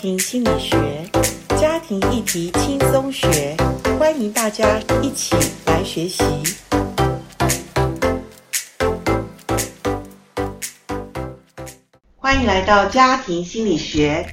庭心理学，家庭议题轻松学，欢迎大家一起来学习。欢迎来到家庭心理学。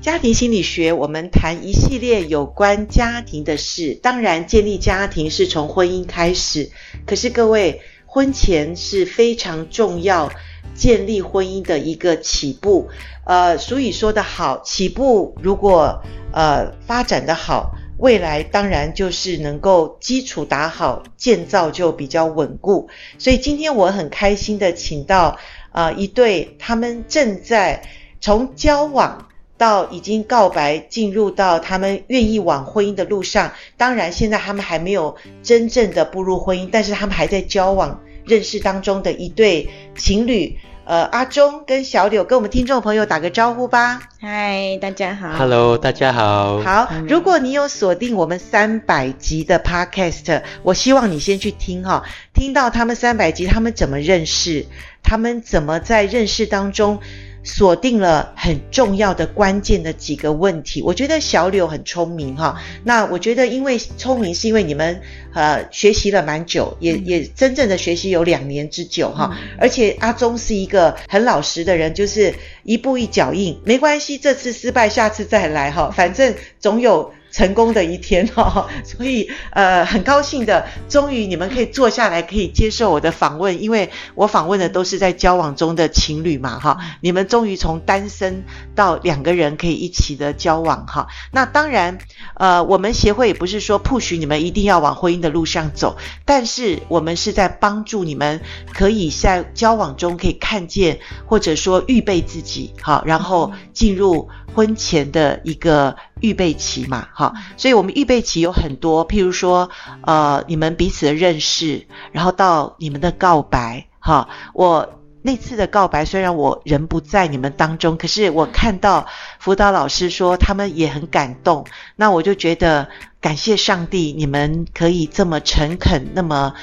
家庭心理学，我们谈一系列有关家庭的事。当然，建立家庭是从婚姻开始，可是各位，婚前是非常重要建立婚姻的一个起步。呃，俗语说得好，起步如果呃发展的好，未来当然就是能够基础打好，建造就比较稳固。所以今天我很开心的请到呃一对，他们正在呃从交往。到已经告白，进入到他们愿意往婚姻的路上。当然，现在他们还没有真正的步入婚姻，但是他们还在交往、认识当中的一对情侣。呃，阿忠跟小柳，跟我们听众朋友打个招呼吧。嗨，大家好。 Hello，大家好。好嗯，如果你有锁定我们三百集的 Podcast，我希望你先去听哈、听到他们三百集，他们怎么认识，他们怎么在认识当中锁定了很重要的关键的几个问题。我觉得小柳很聪明哈、那我觉得因为聪明是因为你们呃学习了蛮久，也也真正的学习有两年之久哈、而且阿忠是一个很老实的人，就是一步一脚印，没关系，这次失败，下次再来哈，反正总有成功的一天哈。 所以呃，很高兴的，终于你们可以坐下来，可以接受我的访问，因为我访问的都是在交往中的情侣嘛哈，你们终于从单身到两个人可以一起的交往哈。那当然，呃，我们协会也不是说 push 你们一定要往婚姻的路上走，但是我们是在帮助你们，可以在交往中可以看见，或者说预备自己，好，然后进入婚前的一个预备期嘛，哈。所以我们预备期有很多，譬如说，呃，你们彼此的认识，然后到你们的告白，哈，我。那次的告白，虽然我人不在你们当中，可是我看到辅导老师说他们也很感动，那我就觉得感谢上帝，你们可以这么诚恳，那么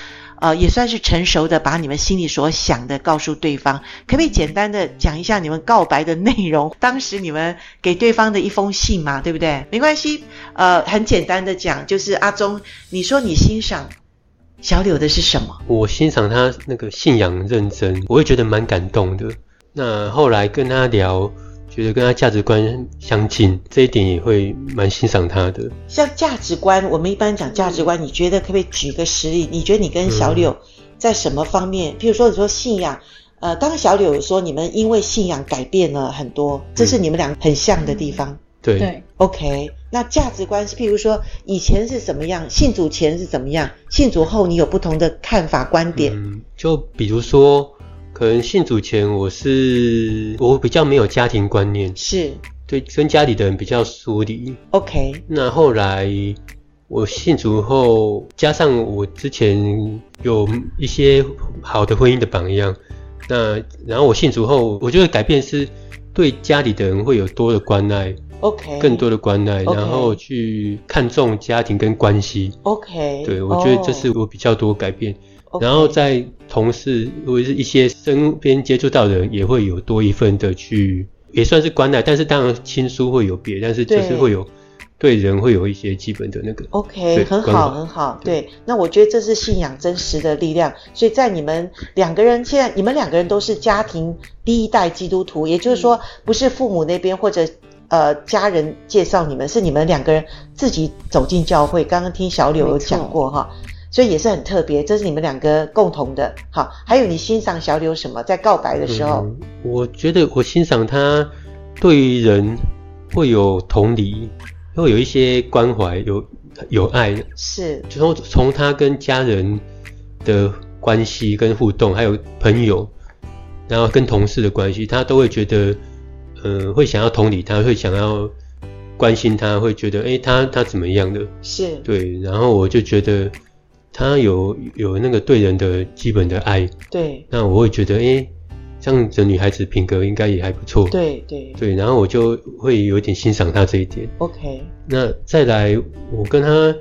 呃也算是成熟的把你们心里所想的告诉对方。可不可以简单的讲一下你们告白的内容？当时你们给对方的一封信嘛，对不对？没关系，呃，很简单的讲，就是阿忠，你说你欣赏小柳的是什么？我欣赏他那个信仰认真，我会觉得蛮感动的。那后来跟他聊，觉得跟他价值观相近，这一点也会蛮欣赏他的。像价值观，我们一般讲价值嗯观，你觉得可不可以举个实例？你觉得你跟小柳在什么方面？譬如说，你说信仰，呃，当小柳有说你们因为信仰改变了很多，嗯这是你们俩很像的地方。嗯对，对， OK，那价值观是譬如说以前是怎么样，信主前是怎么样，信主后你有不同的看法观点。嗯，就比如说，可能信主前我是我比较没有家庭观念，是对，跟家里的人比较疏离。 OK，那后来我信主后，加上我之前有一些好的婚姻的榜样，那然后我信主后，我觉得改变是对家里的人会有多的关爱， OK，更多的关爱，哎 OK 然后去看重家庭跟关系。 OK，对，我觉得这是我比较多改变。哦然后在同事或者是一些身边接触到的人，也会有多一份的去，也算是关爱，但是当然亲疏会有别，但是就是对会有对人会有一些基本的那个。 OK，对很观好，察很好。对对，那我觉得这是信仰真实的力量。所以在你们两个人，现在你们两个人都是家庭第一代基督徒，也就是嗯说，不是父母那边或者呃家人介绍你们，是你们两个人自己走进教会。刚刚听小柳有没错讲过哈，所以也是很特别，这是你们两个共同的。好，还有你欣赏小柳什么？在告白的时候，嗯，我觉得我欣赏他对于人会有同理，会有一些关怀，有有爱，是就从从他跟家人的关系跟互动，还有朋友，然后跟同事的关系，他都会觉得，呃，会想要同理他，会想要关心他，会觉得，诶，他他怎么样的？是，对，然后我就觉得他有有那个对人的基本的爱，对那我会觉得，诶，这样子的女孩子品格应该也还不错。对对对，然后我就会有点欣赏她这一点。 ，OK，那再来，我跟他，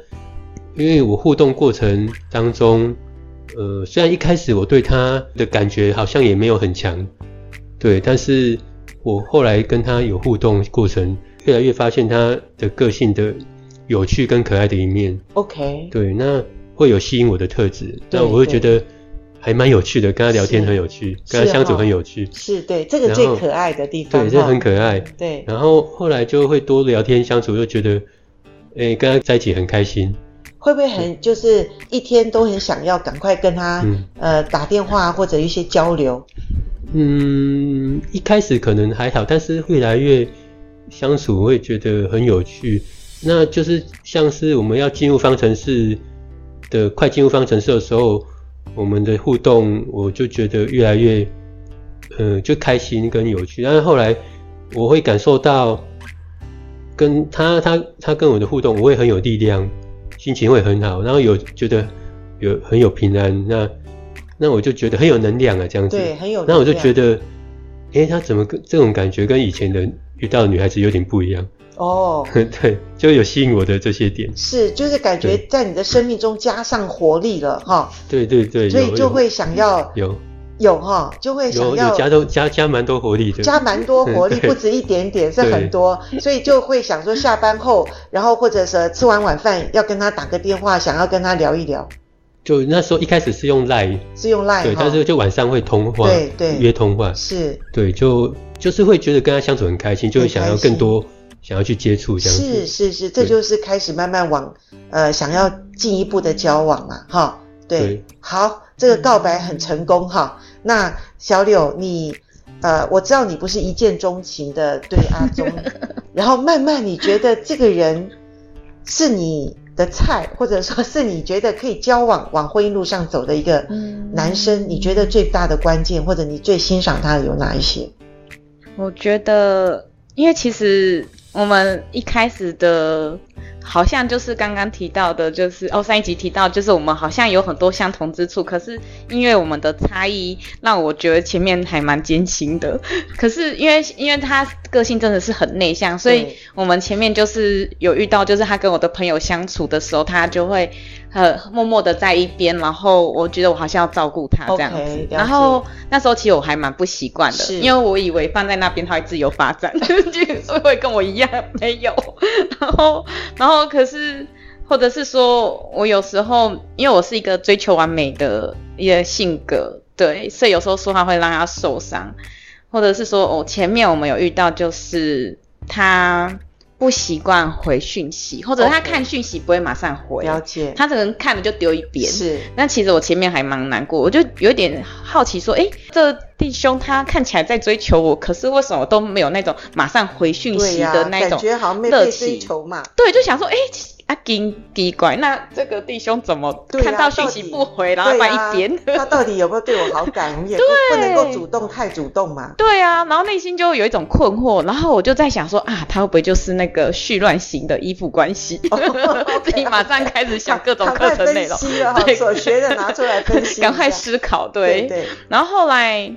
因为我互动过程当中，呃，虽然一开始我对他的感觉好像也没有很强，对，但是我后来跟他有互动过程，越来越发现他的个性的有趣跟可爱的一面。 OK，对，那会有吸引我的特质，对那我会对觉得还蛮有趣的，跟他聊天是啊很有趣，是啊跟他相处哈很有趣，是对，这个然最后可爱的地方哈，对，这很可爱。对，然后后来就会多聊天相处，就觉得，诶、跟他在一起很开心。会不会很就是一天都很想要赶快跟他、嗯呃打电话或者一些交流？嗯，一开始可能还好，但是越来越相处会觉得很有趣。那就是像是我们要进入方程式的快进入方程式的时候，我们的互动我就觉得越来越，呃，就开心跟有趣。但是后来我会感受到跟他他他跟我的互动，我会很有力量，心情会很好，然后有觉得有很有平安，那那我就觉得很有能量啊，这样子。对，很有。那我就觉得得，诶，她怎么跟这种感觉跟以前的遇到的女孩子有点不一样？ 哦，对，就有吸引我的这些点。是就是感觉对在你的生命中加上活力了哈，对对对，所以有就会想要有有哈，就会有想有要有加都加加蛮多活力的。加蛮多活力，对不止一点点，是对很多，所以就会想说下班后，然后或者是吃完晚饭要跟他打个电话，想要跟他聊一聊，就那时候一开始是用 Line，是用 Line 对，哈但是就晚上会通话，对对约通话，是对，就就是会觉得跟她相处很开心，就会很开想要心更多想要去接触这样子。是是是，这对就是开始慢慢往呃想要进一步的交往嘛，哈，对，对好，这个告白很成功哈。那小柳，你呃，我知道你不是一见钟情的对阿忠，然后慢慢你觉得这个人是你的菜，或者说是你觉得可以交往往婚姻路上走的一个嗯男生，你觉得最大的关键，或者你最欣赏他的有哪一些？我觉得，因为其实我们一开始的，好像就是刚刚提到的，就是哦上一集提到，就是我们好像有很多相同之处，可是因为我们的差异，让我觉得前面还蛮艰辛的。可是因为因为他个性真的是很内向，所以对我们前面就是有遇到，就是他跟我的朋友相处的时候，他就会呃默默的在一边，然后我觉得我好像要照顾他这样子 OK，了解然后那时候其实我还蛮不习惯的，是因为我以为放在那边它会自由发展， 所以会跟我一样没有。然后，然后可是，或者是说我有时候，因为我是一个追求完美的一个性格，对，所以有时候说话会让他受伤，或者是说哦，前面我们有遇到就是他。不习惯回讯息，或者他 OK 看讯息不会马上回了解，他可能看了就丢一边。是那其实我前面还蛮难过，我就有点好奇说，诶，这弟兄他看起来在追求我，可是为什么都没有那种马上回讯对息呀、的那一感种？觉好像被热被情追求嘛。对，就想说，诶，啊，奇奇怪，那这个弟兄怎么对呀看到讯息到底不回，然后对放啊，一边？他 到底有没有对我好感？我们也不不能够主动太主动嘛。对啊，然后内心就有一种困惑，然后我就在想说啊，他会不会就是那个絮乱型的依附关系？ 自己马上开始 想各种课程内 赶快容分，析了哈，对所学的拿出来分析一下，赶快思考。对对然后后来，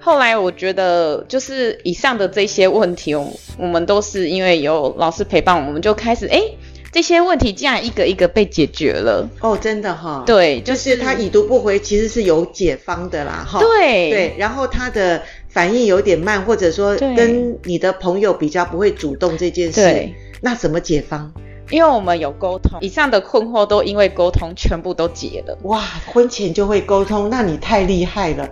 后来我觉得就是以上的这些问题，我我们都是因为有老师陪伴，我们就开始哎，诶这些问题竟然一个一个被解决了。哦，真的哈，，对，就是是他已读不回，其实是有解方的啦哈。哦对对，然后他的反应有点慢，或者说对跟你的朋友比较不会主动这件事对，那怎么解方？因为我们有沟通，以上的困惑都因为沟通全部都解了。哇，婚前就会沟通，那你太厉害了。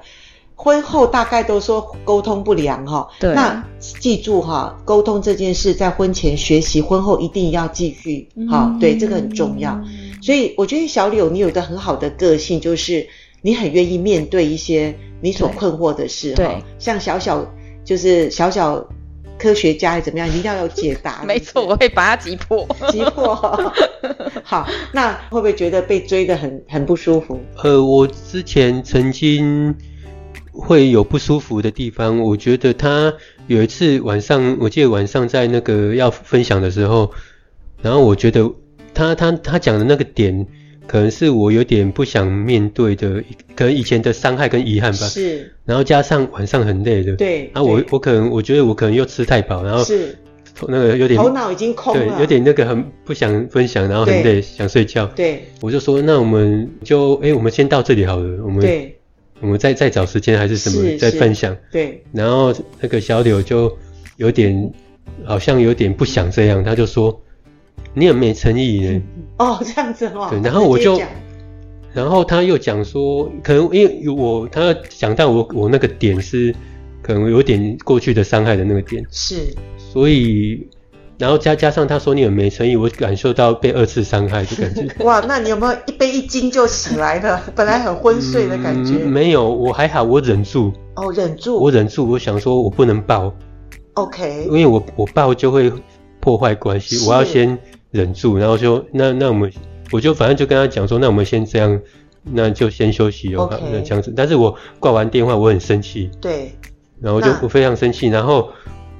婚后大概都说沟通不良哈、对那记住哈、沟通这件事在婚前学习，婚后一定要继续哈、嗯对，这个很重要。所以我觉得小柳，你有一个很好的个性，就是你很愿意面对一些你所对困惑的事哈、对。像小小就是小小科学家怎么样，一定要有解答 没错，我会把它击破。急迫。 好，那会不会觉得被追得很很不舒服？呃，我之前曾经会有不舒服的地方，我觉得他有一次晚上，我记得晚上在那个要分享的时候，然后我觉得他他他讲的那个点，可能是我有点不想面对的，可能以前的伤害跟遗憾吧。是，然后加上晚上很累的，。对。啊，我对我可能我觉得我可能又吃太饱，然后是那个有点头脑已经空对了，，有点那个很不想分享，然后很对累，想睡觉。对我就说，那我们就哎、我们先到这里好了，我们对我们再再找时间还是什是么再是分享。对然后那个小柳就有点好像有点不想这样，他就说你很没诚意呢。哦，这样子哦。对然后我直接就讲然后他又讲说，可能因为我他讲到我我那个点是可能有点过去的伤害的那个点，是所以然后加加上他说你很没诚意，我感受到被二次伤害的感觉。哇，那你有没有一杯一惊就醒来了？ 本来很 昏睡的感觉，嗯没有，我还好，我忍住，哦，忍我住忍住，我想说我不能爆， ，OK，因为我我爆就会破坏关是系，我要先忍住，然后就那那我们我就反正就跟他讲说，那我们先这样，那就先休息哦 OK 那这样子。但是我挂完电话，我很生气，对然后就那我非常生气，然后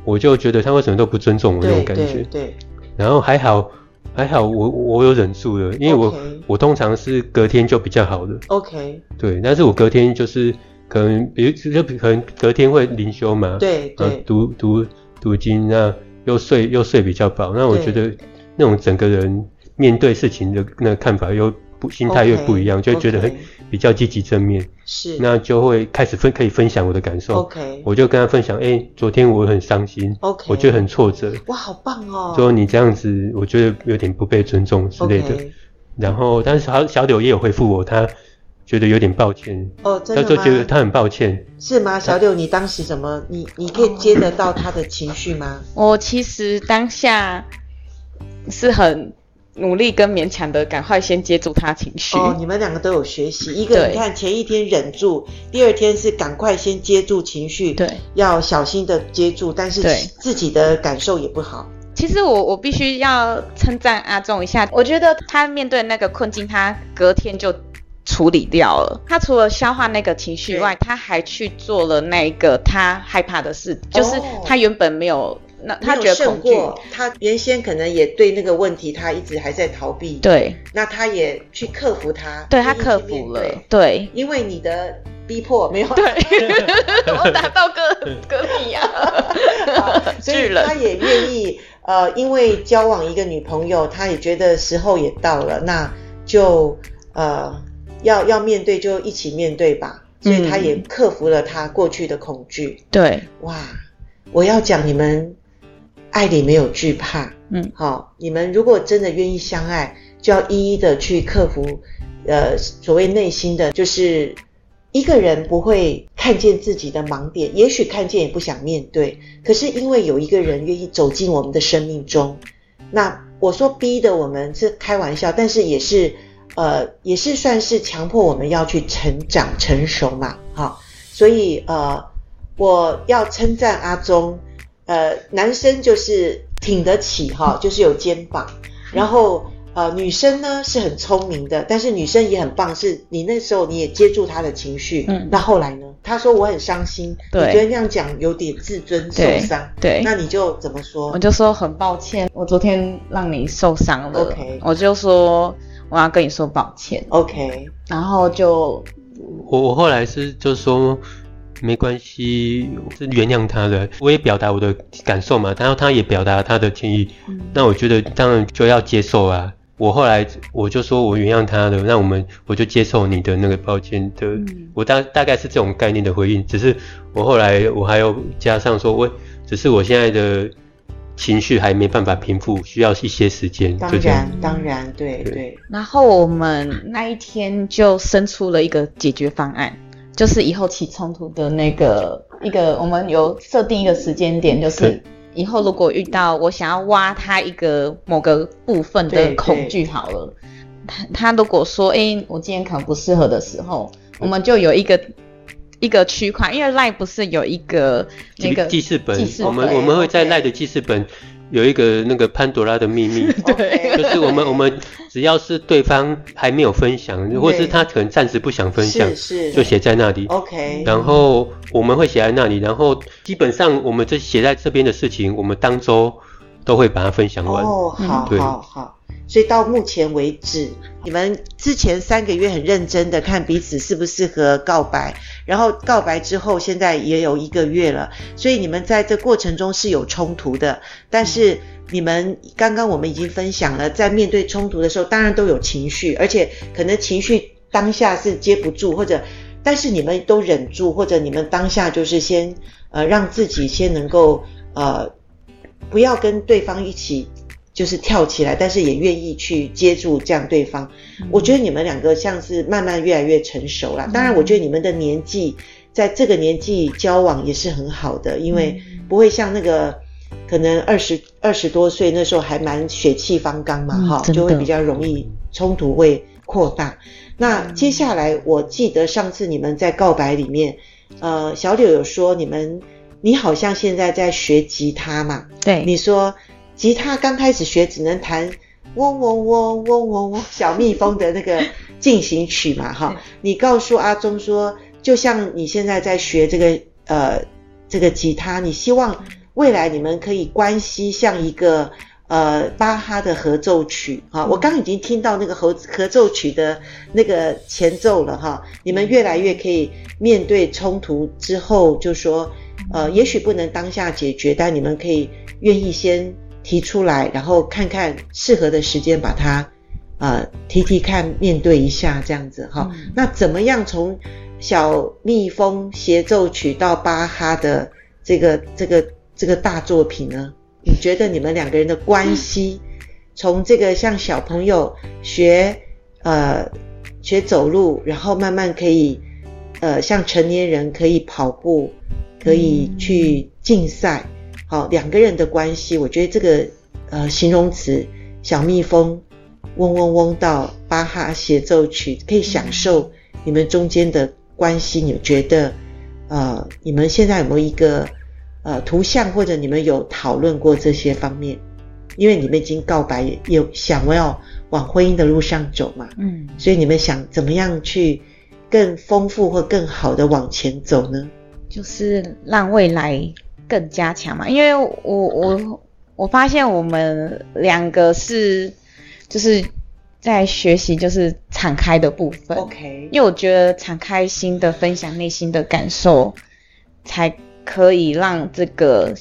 我就觉得他为什么都不尊重我那对种感对觉，对，然后还好。还好我我有忍住了，因为我 OK 我通常是隔天就比较好了， ，OK，对，但是我隔天就是可能，比如就可能隔天会灵修嘛，，对呃对，读读读经，那又睡又睡比较饱，那我对觉得那种整个人面对事情的那个看法又不心态又不一样 OK，就会觉得 OK 比较积极正面，是那就会开始分可以分享我的感受 OK 我就跟他分享，哎、昨天我很伤心 OK 我觉得很挫折，哇，好棒哦，说你这样子，我觉得有点不被尊重之类的。 OK，然后，但是小小柳也有回复我，他觉得有点抱歉，哦，真他的就吗？觉得他很抱歉，是吗？小柳，你当时怎么，你你可以接得到他的情绪吗？我其实当下是很努力跟勉强的，赶快先接住他情绪。哦，你们两个都有学 习，一个对你看前一天忍住，第二天是赶快先接住情绪，对，要小心的接住，但是对自己的感受也不好，其实我我必须要称赞阿仲一下，我觉得他面对那个困境，他隔天就处理掉了。他除了消化那个情绪外，他还去做了那个他害怕的事，就是他原本没有那他哦没觉有得胜恐惧，过，他原先可能也对那个问题，他一直还在逃避，，对那他也去克服它，对，他愿意去克服面了对，对因为你的逼迫没有，对，我打到哥哥你啊， 啊所巨以人他也愿意呃，因为交往一个女朋友，他也觉得时候也到了，那就呃要要面对就一起面对吧。所以他也克服了他过去的恐惧。对，哇，我要讲你们爱里没有惧怕，嗯，好、你们如果真的愿意相爱，就要一一的去克服，呃，所谓内心的就是。一个人不会看见自己的盲点，也许看见也不想面对，可是因为有一个人愿意走进我们的生命中，那我说逼的我们是开玩笑，但是也是呃也是算是强迫我们要去成长成熟嘛，哈、所以呃我要称赞阿忠，呃男生就是挺得起哈、就是有肩膀，然后。呃，女生呢是很聪明的，但是女生也很棒。是你那时候你也接住她的情绪，嗯那后来呢？她说我很伤心，你对觉得那样讲有点自尊受对伤，对哦那你就怎么说我？就说很抱歉，我昨天让你受伤了 OK 哦我就说我要跟你说抱歉， OK，然后就我我后来是就说没关系，是原谅他的，我也表达我的感受嘛，然后他也表达他的歉意，嗯那我觉得当然就要接受啊。我后来我就说我原谅他了，那我们我就接受你的那个抱歉的，嗯我大大概是这种概念的回应，只是我后来我还有加上说我只是我现在的情绪还没办法平复，需要一些时间，当就这样然，。当然，对对，然后我们那一天就生出了一个解决方案，就是以后起冲突的那个一个，我们有设定一个时间点，就是对以后如果遇到我想要挖他一个某个部分对的恐惧好了，他他如果说，哎、我今天可能不适合的时候，嗯我们就有一个。一个区块，因为 Line 不是有一个那记个记事本，记事我们本我们会在 OK 赖的记事本有一个那个潘多拉的秘密，对 OK 就是我们我们只要是对方还没有分享，或是他可能暂时不想分享是，是哦就写在那里。 OK，然后我们会写在那里，然后基本上我们这写在这边的事情，我们当周都会把它分享完。哦，好对好好。所以到目前为止，你们之前三个月很认真的看彼此适不适合告白，然后告白之后，现在也有一个月了，所以你们在这过程中是有冲突的。但是你们刚刚我们已经分享了，在面对冲突的时候，当然都有情绪，而且可能情绪当下是接不住，或者但是你们都忍住，或者你们当下就是先呃让自己先能够呃不要跟对方一起就是跳起来，但是也愿意去接住这样对方。我觉得你们两个像是慢慢越来越成熟了。当然，我觉得你们的年纪在这个年纪交往也是很好的，因为不会像那个可能二十二十多岁那时候还蛮血气方刚嘛，嗯哈、真的就会比较容易冲突会扩大。那嗯接下来，我记得上次你们在告白里面，呃，小柳有说你们，你好像现在在学吉他嘛？嗯对，你说吉他刚开始学只能弹嗡嗡嗡嗡嗡嗡小蜜蜂的那个进行曲嘛，哈。你告诉阿忠说，就像你现在在学这个呃这个吉他，你希望未来你们可以关系像一个呃巴哈的合奏曲哈。我刚已经听到那个合合奏曲的那个前奏了哈。你们越来越可以面对冲突之后，就说呃也许不能当下解决，但你们可以愿意先提出来，然后看看适合的时间把它。呃，提提看，面对一下这样子哈。嗯那怎么样从小蜜蜂协奏曲到巴哈的这个这个这个大作品呢？你觉得你们两个人的关系，从这个像小朋友学呃学走路，然后慢慢可以呃像成年人可以跑步，可以去竞赛，好、两个人的关系，我觉得这个呃形容词小蜜蜂嗡嗡嗡到巴哈协奏曲，可以享受你们中间的关系。你觉得，呃，你们现在有没有一个呃图像，或者你们有讨论过这些方面？因为你们已经告白，也有想要往婚姻的路上走嘛，嗯，所以你们想怎么样去更丰富或更好的往前走呢？就是让未来更加强嘛，因为我我我发现我们两个是就是在学习就是敞开的部分 OK，因为我觉得敞开心的分享内心的感受，才可以让这个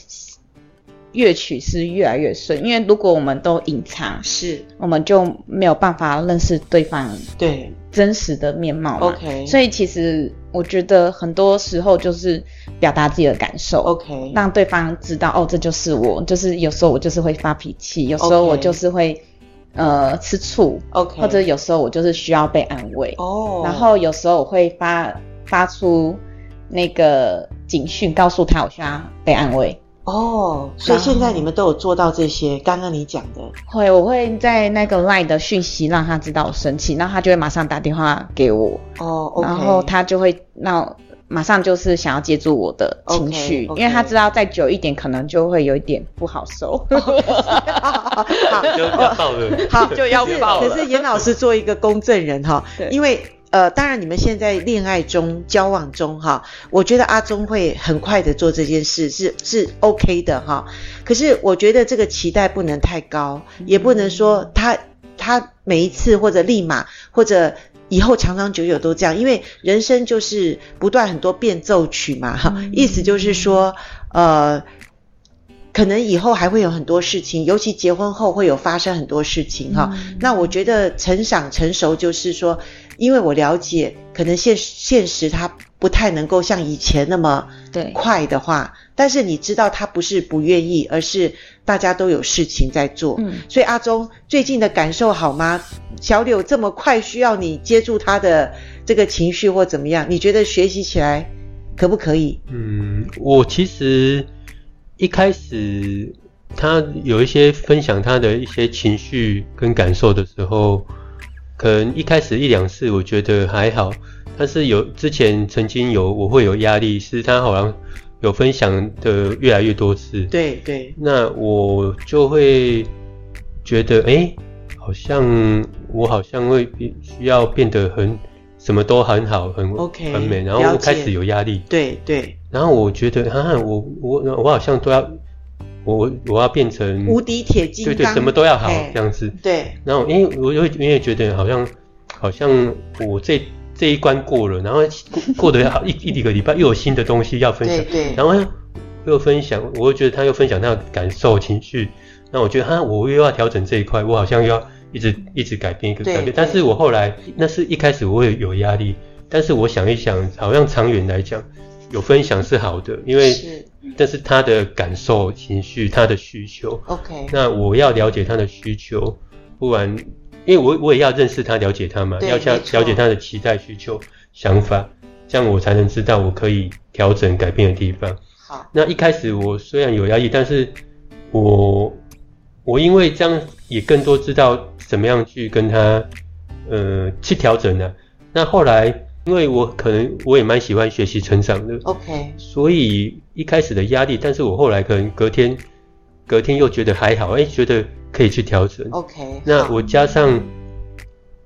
乐曲是越来越顺。因为如果我们都隐藏，是我们就没有办法认识对方对真实的面貌嘛。 ，OK，所以其实我觉得很多时候就是表达自己的感受 OK，让对方知道哦，这就是我。就是有时候我就是会发脾气，有时候 OK 我就是会呃吃醋 OK，或者有时候我就是需要被安慰。哦然后有时候我会发发出那个警讯，告诉他我需要被安慰。哦，所以然后现在你们都有做到这些，刚刚你讲的，会，我会在那个 LINE 的讯息让他知道我生气，然后他就会马上打电话给我哦，OK，然后他就会那马上就是想要接住我的情绪 OK，OK 因为他知道再久一点可能就会有一点不好受。嗯 好就要爆了。好 就要爆了可是严老师做一个公证人哈对，因为呃，当然你们现在恋爱中、交往中哈，我觉得阿忠会很快的做这件事是是 OK 的哈。可是我觉得这个期待不能太高，嗯也不能说他他每一次或者立马或者。以后长长久久都这样，因为人生就是不断很多变奏曲嘛，哈、嗯意思就是说，呃，可能以后还会有很多事情，尤其结婚后会有发生很多事情嗯哈、那我觉得成长成熟就是说，因为我了解，可能现现实它不太能够像以前那么对快的话，但是你知道他不是不愿意，而是大家都有事情在做。嗯，所以阿忠最近的感受好吗？小柳这么快需要你接住他的这个情绪或怎么样？你觉得学习起来可不可以？嗯，我其实一开始他有一些分享他的一些情绪跟感受的时候，可能一开始一两次我觉得还好，但是有之前曾经有我会有压力，是他好像有分享的越来越多次，对对，那我就会觉得，哎、好像我好像会比需要变得很什么都很好，很 OK，很美，然了后解开始有压力，对对，然后我觉得啊，我我我好像都要，我我我要变成无敌铁金对刚，嗯对，什么都要好哎这样子。对然后因为我就会因为觉得好像好像我这这一关过了，然后过过得好一一一个礼拜又有新的东西要分对享，对，然后又分享，我又觉得他又分享他的感受情绪，那我觉得哈，我又要调整这一块，我好像又要一直一直改变一个对改对变。但是我后来那是一开始我会有压力，但是我想一想，好像长远来讲，有分享是好的，因为是但是他的感受、情绪、他的需求， OK，那我要了解他的需求，不然，因为我我也要认识他、了解他嘛，对要了没错了解他的期待、需求、想法，这样我才能知道我可以调整、改变的地方。好，那一开始我虽然有压力，但是我我因为这样也更多知道怎么样去跟他呃去调整的、那后来因为我可能我也蛮喜欢学习成长的， ，OK，所以一开始的压力，但是我后来可能隔天隔天又觉得还好，哎、觉得可以去调整。 OK，那好我加上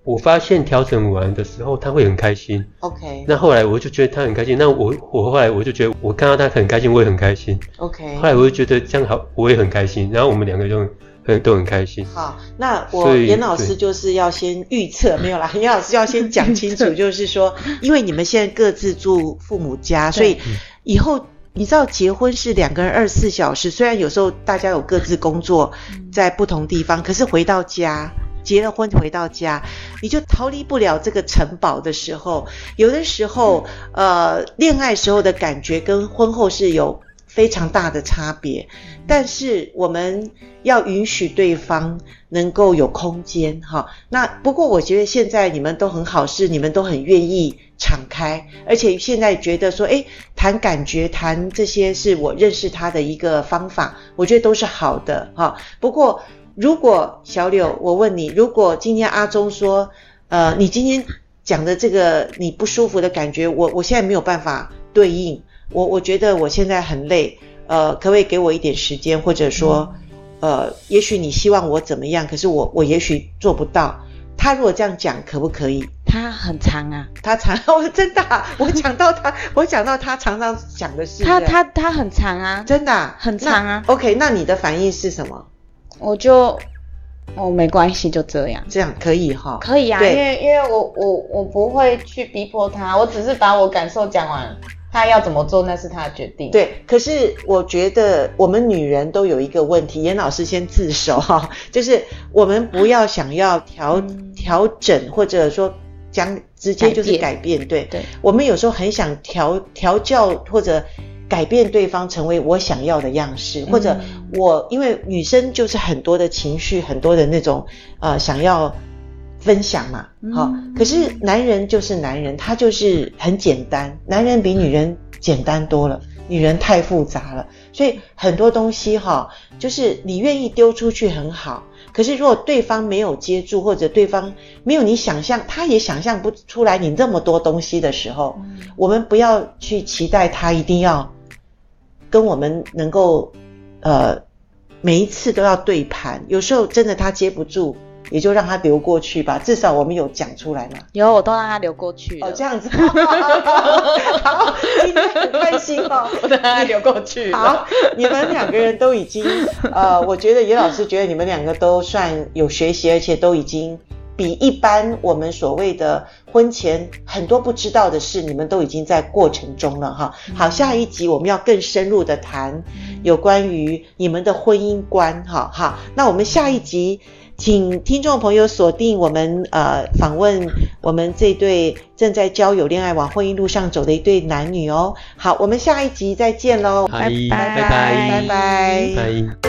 我发现调整完的时候他会很开心， OK 那后来我就觉得他很开心，那我我后来我就觉得我看到他很开心，我也很开心。 OK，后来我就觉得这样好，我也很开心，然后我们两个就很都很开心。好，那我嗯所以严老师对就是要先预 测，没有啦，严老师要先讲清楚，就是说，嗯因为你们现在各自住父母家，所以以后你知道结婚是两个人二十四小时，虽然有时候大家有各自工作嗯在不同地方，可是回到家。结了婚回到家，你就逃离不了这个城堡的时候，有的时候，嗯呃，恋爱时候的感觉跟婚后是有非常大的差别。但是我们要允许对方能够有空间哈。那不过我觉得现在你们都很好，是你们都很愿意敞开，而且现在觉得说，诶，谈感觉、谈这些是我认识他的一个方法，我觉得都是好的哈。不过如果小柳，我问你，如果今天阿忠说，呃，你今天讲的这个你不舒服的感觉，我我现在没有办法对应，我我觉得我现在很累，呃，可不可以给我一点时间，或者说，呃，也许你希望我怎么样，可是我我也许做不到。他如果这样讲，可不可以？它很长啊，他常 我真的啊、我讲到他，我讲到他常常讲的事，它它它很长啊，真的啊、很长啊那 OK，那你的反应是什么？我就哦没关系，就这样。这样可以哈？可以啊，对因为因为我我我不会去逼迫他，我只是把我感受讲完，他要怎么做那是他的决定。，对，可是我觉得我们女人都有一个问题，严老师先自首哈， 就是我们不要想要调、嗯调整，或者说讲直接就是改改变，对对我们有时候很想调调教或者改变对方成为我想要的样式，嗯或者我因为女生就是很多的情绪，很多的那种呃想要分享嘛，好、可是男人就是男人，他就是很简单，男人比女人简单多了，女人太复杂了，所以很多东西哈、就是你愿意丢出去很好。可是，如果对方没有接住，或者对方没有你想象，他也想象不出来你那么多东西的时候，嗯我们不要去期待他一定要跟我们能够，呃，每一次都要对盘。有时候真的他接不住，也就让他流过去吧。至少我们有讲出来嘛。有我都让他流过去了。哦，这样 子，好，今天很开心哦。我等他流过去了。好，你们两个人都已经，呃，我觉得严老师觉得你们两个都算有学习，而且都已经比一般我们所谓的婚前很多不知道的事，你们都已经在过程中了哈。好，下一集我们要更深入的谈有关于你们的婚姻观哈。好，那我们下一集。请听众朋友锁定我们呃访问我们这对正在交友、恋爱往婚姻路上走的一对男女哦。好，我们下一集再见喽。嗨，拜拜拜拜拜。拜。